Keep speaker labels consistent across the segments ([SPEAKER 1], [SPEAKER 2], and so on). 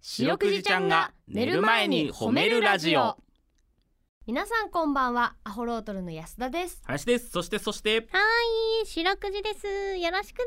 [SPEAKER 1] 白くじちゃんが寝る前に褒めるラジオ
[SPEAKER 2] 皆さんこんばんはアホロートルの安田です
[SPEAKER 1] 林ですそしてそして
[SPEAKER 3] いい白くじですよろしくで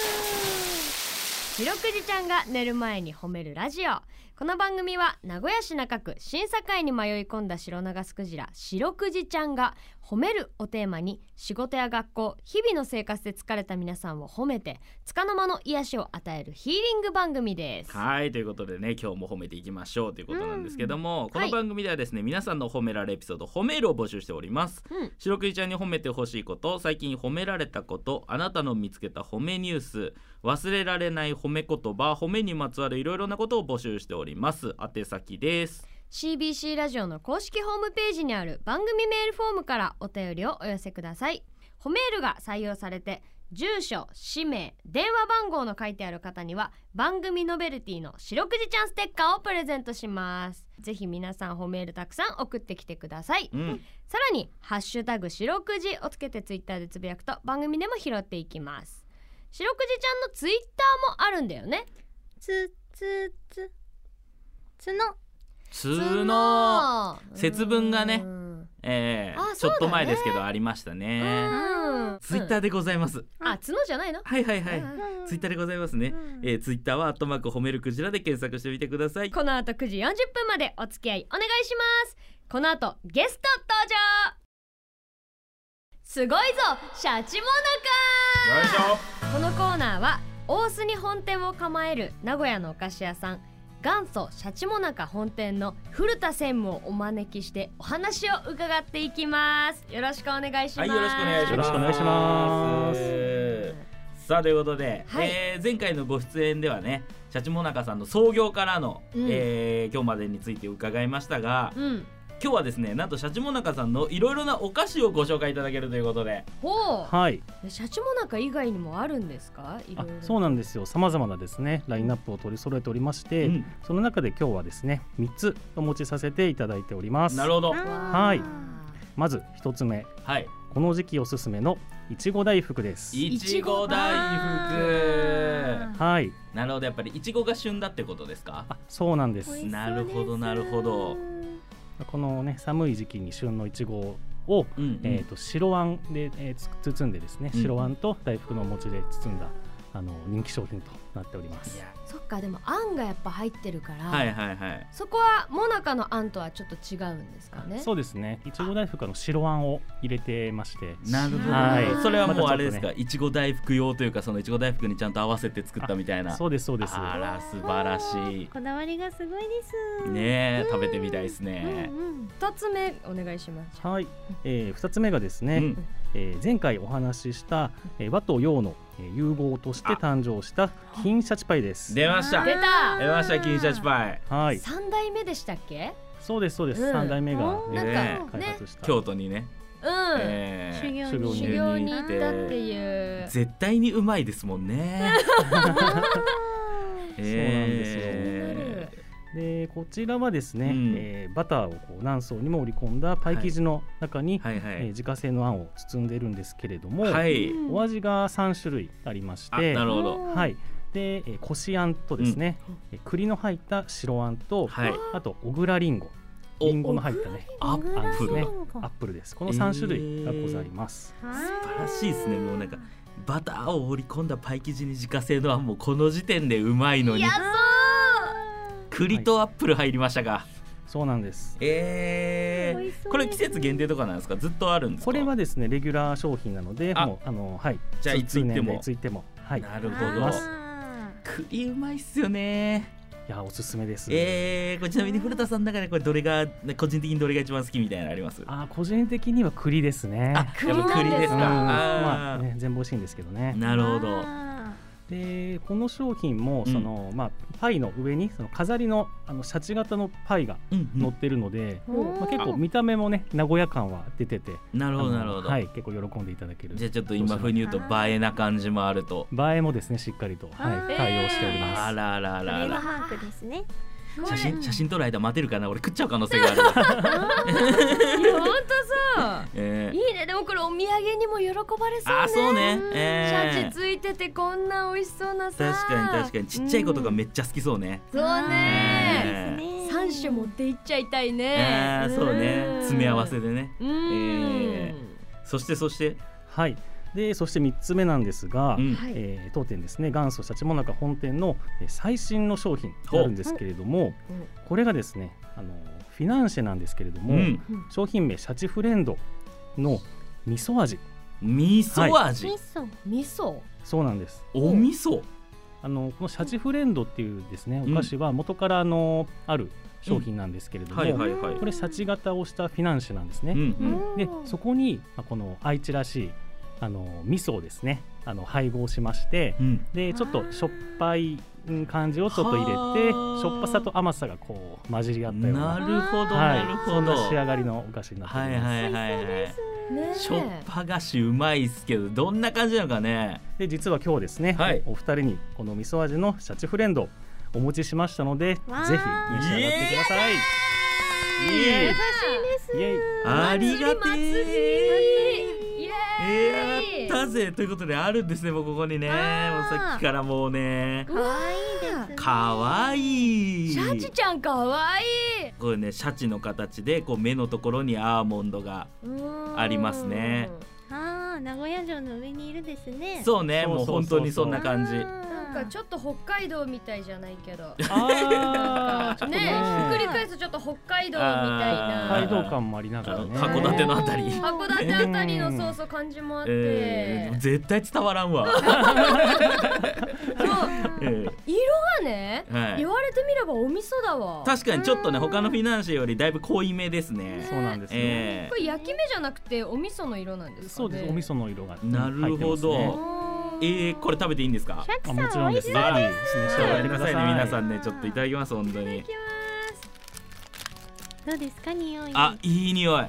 [SPEAKER 3] す
[SPEAKER 2] 白くじちゃんが寝る前に褒めるラジオこの番組は名古屋市中区審査会に迷い込んだ白長スクジラ白くじちゃんが褒めるをテーマに仕事や学校日々の生活で疲れた皆さんを褒めて束の間の癒しを与えるヒーリング番組です
[SPEAKER 1] はいということでね今日も褒めていきましょうということなんですけども、この番組ではですね、皆さんの褒められエピソード褒めるを募集しております
[SPEAKER 2] うん
[SPEAKER 1] 白くじちゃんに褒めてほしいこと最近褒められたことあなたの見つけた褒めニュース忘れられない褒め言葉褒めにまつわるいろいろなことを募集しております宛先です
[SPEAKER 2] CBC ラジオの公式ホームページにある番組メールフォームからお便りをお寄せくださいホメールが採用されて住所氏名電話番号の書いてある方には番組ノベルティの白くじちゃんステッカーをプレゼントしますぜひ皆さんホメールたくさん送ってきてください
[SPEAKER 1] うん
[SPEAKER 2] さらに「ハッシュタグ白くじ」をつけてツイッターでつぶやくと番組でも拾っていきます白くじちゃんのツイッターもあるんだよね
[SPEAKER 3] つつつつの
[SPEAKER 1] つの
[SPEAKER 2] うん
[SPEAKER 1] 節分がねえー
[SPEAKER 2] あ
[SPEAKER 1] ち
[SPEAKER 2] そ
[SPEAKER 1] ょ
[SPEAKER 2] う
[SPEAKER 1] っ
[SPEAKER 2] だね
[SPEAKER 1] と前ですけどありましたね
[SPEAKER 2] うん
[SPEAKER 1] ツイッターでございます、
[SPEAKER 2] あ、角じゃないの？
[SPEAKER 1] はいはいはい、
[SPEAKER 2] うん
[SPEAKER 1] ツイッターでございますね、
[SPEAKER 3] うん
[SPEAKER 1] えーツイッターはアットマーク褒めるクジラで検索してみてください
[SPEAKER 2] この後9時40分までお付き合いお願いします。この後ゲスト登場。すごいぞ、シャチモナカ。このコーナーは大須に本店を構える名古屋のお菓子屋さん。元祖シャチモナカ本店の古田専務をお招きしてお話を伺っていきます。よろしくお願いします。
[SPEAKER 1] はいよろしくお願いします
[SPEAKER 4] よろしくお願いします
[SPEAKER 1] さあということで、
[SPEAKER 2] はい
[SPEAKER 1] えー前回のご出演ではねシャチモナカさんの創業からの、
[SPEAKER 2] うん
[SPEAKER 1] えー今日までについて伺いましたが、
[SPEAKER 2] うん、
[SPEAKER 1] 今日はですねなんとシャチモナカさんのいろいろなお菓子をご紹介いただけるということで
[SPEAKER 2] ほ
[SPEAKER 4] はい、
[SPEAKER 2] う。シャチモナカ以外にもあるんですか？いろ
[SPEAKER 4] あ
[SPEAKER 2] いろ
[SPEAKER 4] そうなんですよ。さまざまなですね、ラインナップを取り揃えておりまして、
[SPEAKER 1] うん
[SPEAKER 4] その中で今日はですね、3つお持ちさせていただいております。
[SPEAKER 1] なるほど
[SPEAKER 4] はいまず1つ目、
[SPEAKER 1] はい
[SPEAKER 4] この時期おすすめのいちご大福です。
[SPEAKER 1] いちご大福
[SPEAKER 4] はい、
[SPEAKER 1] なるほどやっぱりいちごが旬だってことですか
[SPEAKER 4] あ、そうなんです。
[SPEAKER 1] いなるほどなるほど
[SPEAKER 4] このね、寒い時期に旬のいちごを、
[SPEAKER 1] うんうん
[SPEAKER 4] えっ、と白あんで、えーつ包んでですね、
[SPEAKER 1] うん
[SPEAKER 4] 白あんと大福のお餅で包んだあの人気商品となっております。
[SPEAKER 1] いや
[SPEAKER 2] そっかでもあんがやっぱ入ってるから、
[SPEAKER 1] はいはいはい
[SPEAKER 2] そこはモナカのあんとはちょっと違うんですかね
[SPEAKER 4] そうですね。いちご大福あの白あんを入れてまして、
[SPEAKER 1] なるほど、
[SPEAKER 4] はい
[SPEAKER 1] それはもうあれです
[SPEAKER 4] またちょ
[SPEAKER 1] かいちご大福用というかそのいちご大福にちゃんと合わせて作ったみたいな
[SPEAKER 4] そうですそうです。
[SPEAKER 1] あら素晴らし
[SPEAKER 3] こだわりがすごいです
[SPEAKER 1] いねえ食べてみたいですね
[SPEAKER 3] うん、うん
[SPEAKER 2] 2つ目お願いします
[SPEAKER 4] はい、えー、2つ目がですね、
[SPEAKER 1] うん
[SPEAKER 4] えー前回お話しした、えー和と洋の、えー融合として誕生した金シャチパイです。
[SPEAKER 1] 出ました
[SPEAKER 2] 出
[SPEAKER 1] 出
[SPEAKER 2] た
[SPEAKER 1] ました金シャチパイ
[SPEAKER 4] はい、
[SPEAKER 2] 三代目でしたっけ
[SPEAKER 4] そうですそうです。
[SPEAKER 2] うん
[SPEAKER 4] 三、代目が、
[SPEAKER 3] お
[SPEAKER 4] え
[SPEAKER 2] なん
[SPEAKER 4] ー
[SPEAKER 1] ね
[SPEAKER 2] か
[SPEAKER 4] 開
[SPEAKER 2] ね
[SPEAKER 4] 発した。
[SPEAKER 1] 京都にね、
[SPEAKER 2] うん、
[SPEAKER 1] え
[SPEAKER 3] 修
[SPEAKER 1] え
[SPEAKER 3] 行
[SPEAKER 4] 修行
[SPEAKER 2] 修
[SPEAKER 3] に
[SPEAKER 2] 行に行ったっていう
[SPEAKER 1] 絶対にうまいですもんねええ
[SPEAKER 4] でこちらはですね、
[SPEAKER 1] うん
[SPEAKER 4] えーバターをこう何層にも織り込んだパイ生地の中に、
[SPEAKER 1] はいは
[SPEAKER 4] えー
[SPEAKER 1] い
[SPEAKER 4] 自家製のあんを包んでいるんですけれども、
[SPEAKER 1] はい
[SPEAKER 3] うん
[SPEAKER 4] お味が三種類ありまし
[SPEAKER 1] あ
[SPEAKER 4] て、
[SPEAKER 1] なるほ
[SPEAKER 3] う
[SPEAKER 1] ど
[SPEAKER 3] ん
[SPEAKER 4] はい。で、えーこしあんとですね、えー栗の入った白あんと、
[SPEAKER 1] はい
[SPEAKER 4] あと小倉りんご、
[SPEAKER 1] お
[SPEAKER 4] りんごの入ったね、
[SPEAKER 1] アッ
[SPEAKER 4] あんです
[SPEAKER 1] プル
[SPEAKER 4] ね
[SPEAKER 1] 素、
[SPEAKER 4] アップルです。この三種類がございます。
[SPEAKER 1] 晴らしいですねもうなんかバターを織り込んだパイ生地に自家製のあんもこの時点でうまいのに
[SPEAKER 2] や
[SPEAKER 1] 栗とアップル入りましたが、
[SPEAKER 4] そうなんです。
[SPEAKER 1] え
[SPEAKER 3] 美味しそうです
[SPEAKER 1] ー、
[SPEAKER 3] ね
[SPEAKER 1] これ季節限定とかなんですかずっとあるんですか
[SPEAKER 4] これはですね、レギュラー商品なので、
[SPEAKER 1] あ
[SPEAKER 4] もうあのはい、
[SPEAKER 1] じゃあ
[SPEAKER 4] 通
[SPEAKER 1] いつ行っても
[SPEAKER 4] 通年でいつ行っても、はい、い
[SPEAKER 1] なるほ
[SPEAKER 4] あ
[SPEAKER 1] ど
[SPEAKER 4] ー
[SPEAKER 1] 栗うまいっすよね
[SPEAKER 4] やおすすめです。
[SPEAKER 1] えー、これちなみに古田さんの中でこれどれが個人的にどれが一番好きみたいなのあります
[SPEAKER 4] あー個人的には栗ですね。
[SPEAKER 1] あ
[SPEAKER 2] 栗なんです
[SPEAKER 1] やっぱですか、
[SPEAKER 4] うんま
[SPEAKER 1] あ
[SPEAKER 4] あ
[SPEAKER 1] ー
[SPEAKER 4] ね、全部美味しいんですけどね。
[SPEAKER 1] なるほど
[SPEAKER 4] でこの商品も
[SPEAKER 1] うん
[SPEAKER 4] その、まあパイの上にその飾りのあのシャチ型のパイが
[SPEAKER 1] うんうん
[SPEAKER 4] 乗ってるので、まあ、結
[SPEAKER 1] あ
[SPEAKER 4] 構見た目もね名古屋感は出てて
[SPEAKER 1] なるほど
[SPEAKER 4] あの
[SPEAKER 1] なるほど、
[SPEAKER 4] はい、結構喜んでいただける
[SPEAKER 1] じゃあちょっと今風に言うと映えな感じもあると
[SPEAKER 4] 映えもですねしっかりと、は
[SPEAKER 3] あー
[SPEAKER 4] い、対応しており
[SPEAKER 1] あ
[SPEAKER 4] ます
[SPEAKER 1] らあらあらあ
[SPEAKER 3] レ
[SPEAKER 1] ら
[SPEAKER 3] バハークですね
[SPEAKER 1] 写
[SPEAKER 3] う
[SPEAKER 1] 真
[SPEAKER 3] ん
[SPEAKER 1] 写真撮る間待てるかな俺食っちゃう可能性がある、
[SPEAKER 2] いや本当そう
[SPEAKER 1] え
[SPEAKER 2] いいねでもこれお土産にも喜ばれ
[SPEAKER 1] ー、あー
[SPEAKER 2] そ
[SPEAKER 1] そうう
[SPEAKER 2] ね
[SPEAKER 1] ね、え
[SPEAKER 2] シャ
[SPEAKER 1] ー
[SPEAKER 2] チ、ついててこんな美味しそうなさ
[SPEAKER 1] 確かに確かにちっちゃいことがめ
[SPEAKER 2] っ
[SPEAKER 1] っちゃ好きそうね、
[SPEAKER 2] ちゃそうね
[SPEAKER 1] えー
[SPEAKER 2] 三種持っていっちゃいたいね
[SPEAKER 1] えー、そうね詰め合わせでね
[SPEAKER 2] うん、
[SPEAKER 1] えそしてそして、
[SPEAKER 4] はいでそして3つ目なんですが、
[SPEAKER 1] うん
[SPEAKER 2] はい
[SPEAKER 4] えー当店ですね元祖シャチモナカ本店のえー最新の商品になるんですけれども
[SPEAKER 2] おうん
[SPEAKER 4] これがですねあのフィナンシェなんですけれど
[SPEAKER 1] う
[SPEAKER 4] も、
[SPEAKER 1] ん、
[SPEAKER 4] 商品名シャチフレンドの味噌味
[SPEAKER 1] 味噌味、
[SPEAKER 3] 味噌
[SPEAKER 2] 味噌
[SPEAKER 4] そうなんです
[SPEAKER 1] お味噌
[SPEAKER 4] あのこのシャチフレンドっていうですね
[SPEAKER 1] うん
[SPEAKER 4] お菓子は元からあのある商品なんですけれども、
[SPEAKER 1] はいはいはい
[SPEAKER 4] これシャチ型をしたフィナンシェなんです
[SPEAKER 1] う
[SPEAKER 4] ね、
[SPEAKER 1] ん
[SPEAKER 4] でそこに、まあ、この愛知らしいあの味噌をですねあの配合しまして
[SPEAKER 1] うんうん
[SPEAKER 4] でちょっとしょっぱいうん感じをちょっと入れてし
[SPEAKER 1] はあ
[SPEAKER 4] ょっぱさと甘さがこう混じり合ったような
[SPEAKER 1] なるほど、
[SPEAKER 4] はい
[SPEAKER 1] なる
[SPEAKER 4] そ
[SPEAKER 1] ほ
[SPEAKER 4] ん
[SPEAKER 1] ど
[SPEAKER 4] な仕上がりのお菓子になってお
[SPEAKER 1] はい
[SPEAKER 4] ります、
[SPEAKER 1] はいはいはい
[SPEAKER 2] ね
[SPEAKER 1] しょっぱ菓子うまいっすけどどんな感じなのかね
[SPEAKER 4] で実は今日ですね、
[SPEAKER 1] はい
[SPEAKER 4] お二人にこの味噌味のシャチフレンドをお持ちしましたのでぜひ召
[SPEAKER 3] わー
[SPEAKER 4] し上がってください
[SPEAKER 1] イエーイ
[SPEAKER 2] 優し
[SPEAKER 4] イエイ
[SPEAKER 1] ありが
[SPEAKER 2] 祭
[SPEAKER 1] て
[SPEAKER 2] り祭
[SPEAKER 1] え
[SPEAKER 2] りイエー
[SPEAKER 1] え
[SPEAKER 2] イ
[SPEAKER 1] ーやったぜということであるんですねもうここにねもう
[SPEAKER 3] あー
[SPEAKER 1] さっきからもうね
[SPEAKER 2] うわ
[SPEAKER 3] いいです
[SPEAKER 1] かわいい
[SPEAKER 2] シャチちゃんかわいい
[SPEAKER 1] これねシャチの形でこう目のところにアーモンドがありますね
[SPEAKER 3] ああ名古屋城の上にいるですね
[SPEAKER 1] そうね
[SPEAKER 4] そう
[SPEAKER 1] も
[SPEAKER 4] そううそう
[SPEAKER 1] 本当にそんな感じ
[SPEAKER 2] なんかちょっと北海道みたいじゃないけ ど
[SPEAKER 4] あ
[SPEAKER 2] ね
[SPEAKER 4] ーちょっ
[SPEAKER 2] ひっ
[SPEAKER 4] と
[SPEAKER 2] くり
[SPEAKER 4] ね
[SPEAKER 2] 返すとちょっと北海道みたい
[SPEAKER 1] あ
[SPEAKER 4] 北
[SPEAKER 2] な
[SPEAKER 1] ー
[SPEAKER 4] 海道感もありなが
[SPEAKER 1] あ
[SPEAKER 4] ら
[SPEAKER 1] の
[SPEAKER 4] ね
[SPEAKER 1] 函館のあたり
[SPEAKER 3] ね
[SPEAKER 2] 函館あたりのそうそう感じもあって、
[SPEAKER 1] えー絶対伝わらんわ
[SPEAKER 2] そう
[SPEAKER 1] えー
[SPEAKER 2] 色がね
[SPEAKER 1] はい
[SPEAKER 2] 言われてみればお味噌だわ
[SPEAKER 1] 確かにちょっとね他のフィナンシェよりだいぶ濃いめですね
[SPEAKER 4] そうなんですよ、
[SPEAKER 1] え
[SPEAKER 2] これ焼き目じゃなくてお味噌の色なんですかね
[SPEAKER 4] そうですお味噌の色が
[SPEAKER 1] なるほど
[SPEAKER 4] 入ってますね
[SPEAKER 2] あ
[SPEAKER 1] えーこれ食べていいんですか
[SPEAKER 3] シャチ
[SPEAKER 4] あ
[SPEAKER 3] さ
[SPEAKER 4] もちろ
[SPEAKER 3] ん
[SPEAKER 4] ん
[SPEAKER 3] 美
[SPEAKER 4] です
[SPEAKER 3] 味し
[SPEAKER 4] ぜひ
[SPEAKER 3] そう
[SPEAKER 1] ご
[SPEAKER 4] 召し上
[SPEAKER 3] で
[SPEAKER 4] がっ
[SPEAKER 1] めん
[SPEAKER 4] てく
[SPEAKER 1] な
[SPEAKER 4] だ
[SPEAKER 1] さいね
[SPEAKER 4] さい
[SPEAKER 1] 皆さんねちょっといただきます本当に
[SPEAKER 3] すどうですか匂い
[SPEAKER 1] あいい匂い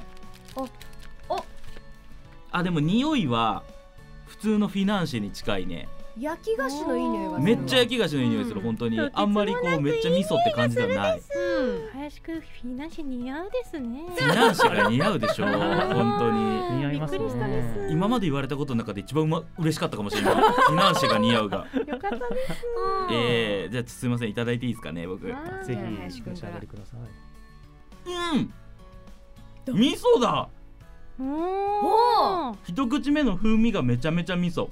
[SPEAKER 2] おお
[SPEAKER 1] あでも匂いは普通のフィナンシェに近いね
[SPEAKER 2] 焼き菓子のいい匂いがする
[SPEAKER 1] めっちゃ焼き菓子のいい匂いする
[SPEAKER 2] うん
[SPEAKER 1] 本当に
[SPEAKER 3] とてつもなく
[SPEAKER 1] あんまりこうめっちゃ味噌って感じではない
[SPEAKER 2] うん
[SPEAKER 3] 林くんフィナンシェ似合うですね
[SPEAKER 1] フィナンシェが似合うでしょ本当に
[SPEAKER 4] 似合います
[SPEAKER 3] びっくりしたで
[SPEAKER 4] ね
[SPEAKER 1] 今まで言われたことの中で一番うま嬉しかったかもしれないフィナンシェが似合う が
[SPEAKER 3] よかったです
[SPEAKER 2] うん
[SPEAKER 1] えー、じゃあすいませんいただいていいですかね僕うん
[SPEAKER 3] わー
[SPEAKER 4] ぜ
[SPEAKER 2] 林
[SPEAKER 4] ひ
[SPEAKER 2] くん
[SPEAKER 4] 召し
[SPEAKER 2] か
[SPEAKER 4] 上
[SPEAKER 2] ら
[SPEAKER 4] がりください
[SPEAKER 1] 味噌だ
[SPEAKER 3] お
[SPEAKER 2] お
[SPEAKER 3] お
[SPEAKER 1] 一口目の風味がめちゃめちゃ味噌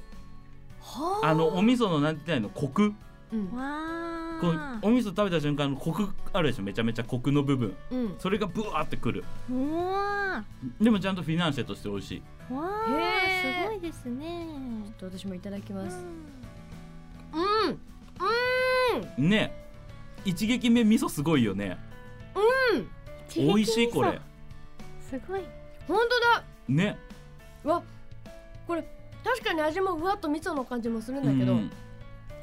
[SPEAKER 2] は
[SPEAKER 1] あのお味噌のなんて言ったらいいのコク
[SPEAKER 2] うん
[SPEAKER 1] こう
[SPEAKER 3] わあ
[SPEAKER 1] お味噌食べた瞬間のコクあるでしょめちゃめちゃコクの部分
[SPEAKER 2] うん
[SPEAKER 1] それがブワーってくる
[SPEAKER 3] うわ
[SPEAKER 1] でもちゃんとフィナンシェとして美味しい
[SPEAKER 3] ーわ
[SPEAKER 2] へー
[SPEAKER 3] ーすごいですね
[SPEAKER 2] ちょっと私もいただきます
[SPEAKER 3] うん
[SPEAKER 2] うんうん
[SPEAKER 1] ね一撃目味噌すごいよね美味しいこれ
[SPEAKER 3] すごい
[SPEAKER 2] 本当だ
[SPEAKER 1] ね
[SPEAKER 2] わこれ確かに味もふわっと味噌の感じもするんだけど、
[SPEAKER 1] うん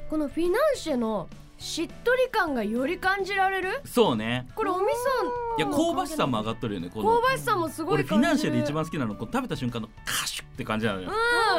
[SPEAKER 2] このフィナンシェのしっとり感がより感じられる
[SPEAKER 1] そうね
[SPEAKER 2] これお味噌
[SPEAKER 1] いや香ばしさも上がっとるよねこの
[SPEAKER 2] 香ばしさもすご
[SPEAKER 1] 俺
[SPEAKER 2] い
[SPEAKER 1] フィナ
[SPEAKER 2] 感
[SPEAKER 1] ン
[SPEAKER 2] じ
[SPEAKER 1] シ
[SPEAKER 2] る
[SPEAKER 1] ェで一番好きなのこう食べた瞬間のカシュって感じなの
[SPEAKER 2] う
[SPEAKER 1] よ、
[SPEAKER 2] ん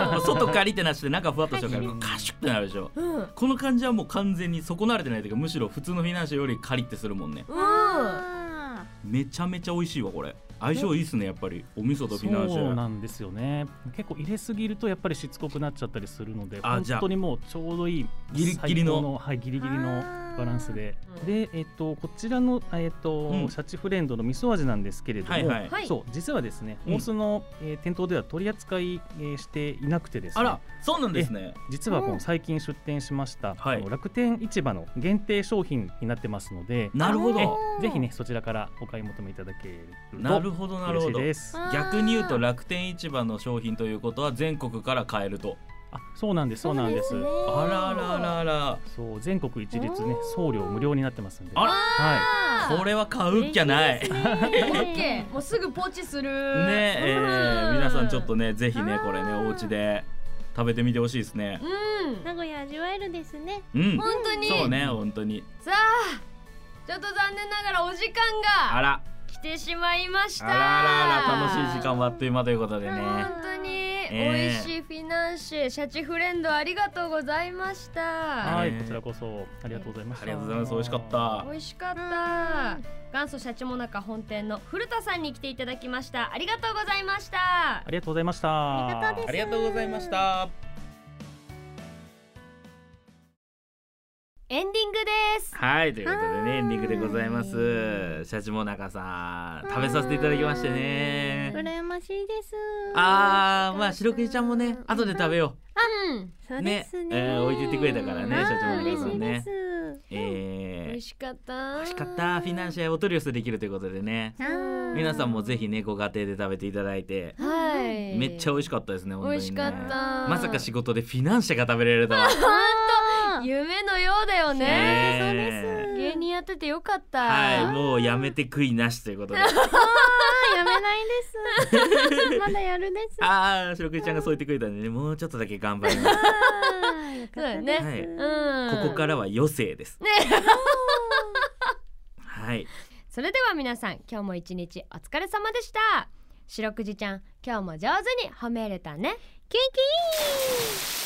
[SPEAKER 1] まあ外カリってなして中ふわっとしたから
[SPEAKER 4] カシュ
[SPEAKER 1] カシュってなるでしょ
[SPEAKER 2] うんうん
[SPEAKER 1] この感じはもう完全に損なわれてないというかむしろ普通のフィナンシェよりカリってするもんね
[SPEAKER 3] あ
[SPEAKER 1] めちゃめちゃ美味しいわこれ相性いいっすねやっぱりお味噌とフィナンシ
[SPEAKER 4] そう
[SPEAKER 1] ェ
[SPEAKER 4] なんですよね結構入れすぎるとやっぱりしつこくなっちゃったりするので
[SPEAKER 1] あ
[SPEAKER 4] 本
[SPEAKER 1] じゃあ
[SPEAKER 4] 当にもうちょうどいい
[SPEAKER 1] ギリッギリの
[SPEAKER 4] 最高はい、ギリギリのバランスでで、えっとこちらの、えっと
[SPEAKER 1] うん
[SPEAKER 4] シャチフレンドの味噌味なんですけれども、
[SPEAKER 1] はいはい
[SPEAKER 2] はい
[SPEAKER 4] そう実はですね
[SPEAKER 1] うん
[SPEAKER 4] 大須の、えー店頭では取り扱い、えーしていなくてですね
[SPEAKER 1] あらそうなんですね
[SPEAKER 4] 実はこ
[SPEAKER 2] う
[SPEAKER 4] の
[SPEAKER 2] ん
[SPEAKER 4] 最近出店しました、
[SPEAKER 1] はい
[SPEAKER 4] あの楽天市場の限定商品になってますので
[SPEAKER 1] なるほど
[SPEAKER 4] えぜひねそちらからお買い求めいただける
[SPEAKER 1] なる
[SPEAKER 4] と
[SPEAKER 1] ほどなる
[SPEAKER 4] 嬉し
[SPEAKER 1] ほ
[SPEAKER 4] い
[SPEAKER 1] ど
[SPEAKER 4] です
[SPEAKER 3] あー
[SPEAKER 1] 逆に言うと楽天市場の商品ということは全国から買えると
[SPEAKER 4] あそうなんですそうなんです
[SPEAKER 3] ね
[SPEAKER 1] あらあらあらあら
[SPEAKER 4] そう全国一律ね
[SPEAKER 3] おー
[SPEAKER 4] 送料無料になってますんで
[SPEAKER 1] あら
[SPEAKER 4] は
[SPEAKER 1] これは買うっきゃないね
[SPEAKER 2] オッケーもうすぐポチする
[SPEAKER 1] えー皆さんちょっとねぜひねこれねお家で食べてみてほしいですね
[SPEAKER 2] うん
[SPEAKER 3] 名古屋味わえるですね
[SPEAKER 1] うん
[SPEAKER 2] 本当に
[SPEAKER 1] そうね本当に
[SPEAKER 2] さあちょっと残念ながらお時間
[SPEAKER 1] あ
[SPEAKER 2] が
[SPEAKER 1] ら
[SPEAKER 2] 来てしまいまし
[SPEAKER 1] あ
[SPEAKER 2] た
[SPEAKER 1] らあらあら楽しい時間はあっという間ということでね
[SPEAKER 2] 本当に
[SPEAKER 1] え
[SPEAKER 2] 美味しいフィナンシェシャチフレンドありがとうございました
[SPEAKER 4] はい、
[SPEAKER 1] ね
[SPEAKER 4] こちらこそありがとうございました。
[SPEAKER 1] ありがとうございます美味しかった
[SPEAKER 2] 美味しかった元祖シャチモナカ本店の古田さんに来ていただきましたありがとうございました
[SPEAKER 4] ありがとうございました。
[SPEAKER 3] ありがとうです
[SPEAKER 1] ありがとうございました
[SPEAKER 2] エンディングです
[SPEAKER 1] はいということで
[SPEAKER 3] は
[SPEAKER 1] ね
[SPEAKER 3] い
[SPEAKER 1] エンディングでございますシャチモナカさん食べさせていただきましてね
[SPEAKER 3] 羨ましいです。
[SPEAKER 1] あーまあ白クイちゃんもね後で食べ
[SPEAKER 3] よ
[SPEAKER 1] よ
[SPEAKER 2] うん
[SPEAKER 3] そうですね。
[SPEAKER 1] ねえー置いてってくれたからね
[SPEAKER 3] うん
[SPEAKER 1] 社長
[SPEAKER 2] のお母さんね
[SPEAKER 3] 嬉しいです。
[SPEAKER 1] うえ
[SPEAKER 2] 美味
[SPEAKER 1] ー
[SPEAKER 2] しかった
[SPEAKER 1] 美味しかったフィナンシェやお取り寄せできるということでね
[SPEAKER 3] あー
[SPEAKER 1] 皆さんもぜひねご家庭で食べていただいて
[SPEAKER 2] はい
[SPEAKER 1] めっちゃ美味
[SPEAKER 2] し
[SPEAKER 1] しかったですね本当
[SPEAKER 2] 美
[SPEAKER 1] にね
[SPEAKER 2] 味しかった
[SPEAKER 1] まさか仕事でフィナンシェが食べれるとは
[SPEAKER 3] 本
[SPEAKER 2] 夢のようだよね
[SPEAKER 1] ね
[SPEAKER 3] そうです。
[SPEAKER 2] 芸人やっててよかった
[SPEAKER 1] はい、
[SPEAKER 2] もう
[SPEAKER 1] もうやめて悔いなしとい うことで。
[SPEAKER 3] あーやめない です。まだやるです。
[SPEAKER 1] ああ、白栗ちゃんがそう言ってくれたんでね、もうちょっとだけ頑張ります。
[SPEAKER 3] あーよかったで
[SPEAKER 1] そ
[SPEAKER 3] す
[SPEAKER 1] うだね
[SPEAKER 2] うん
[SPEAKER 1] ここからは余生です。
[SPEAKER 2] ね
[SPEAKER 1] はい、
[SPEAKER 2] それでは皆さん今日も一日お疲れ様でした白くじちゃん今日も上手に褒めれたね
[SPEAKER 3] キンキン。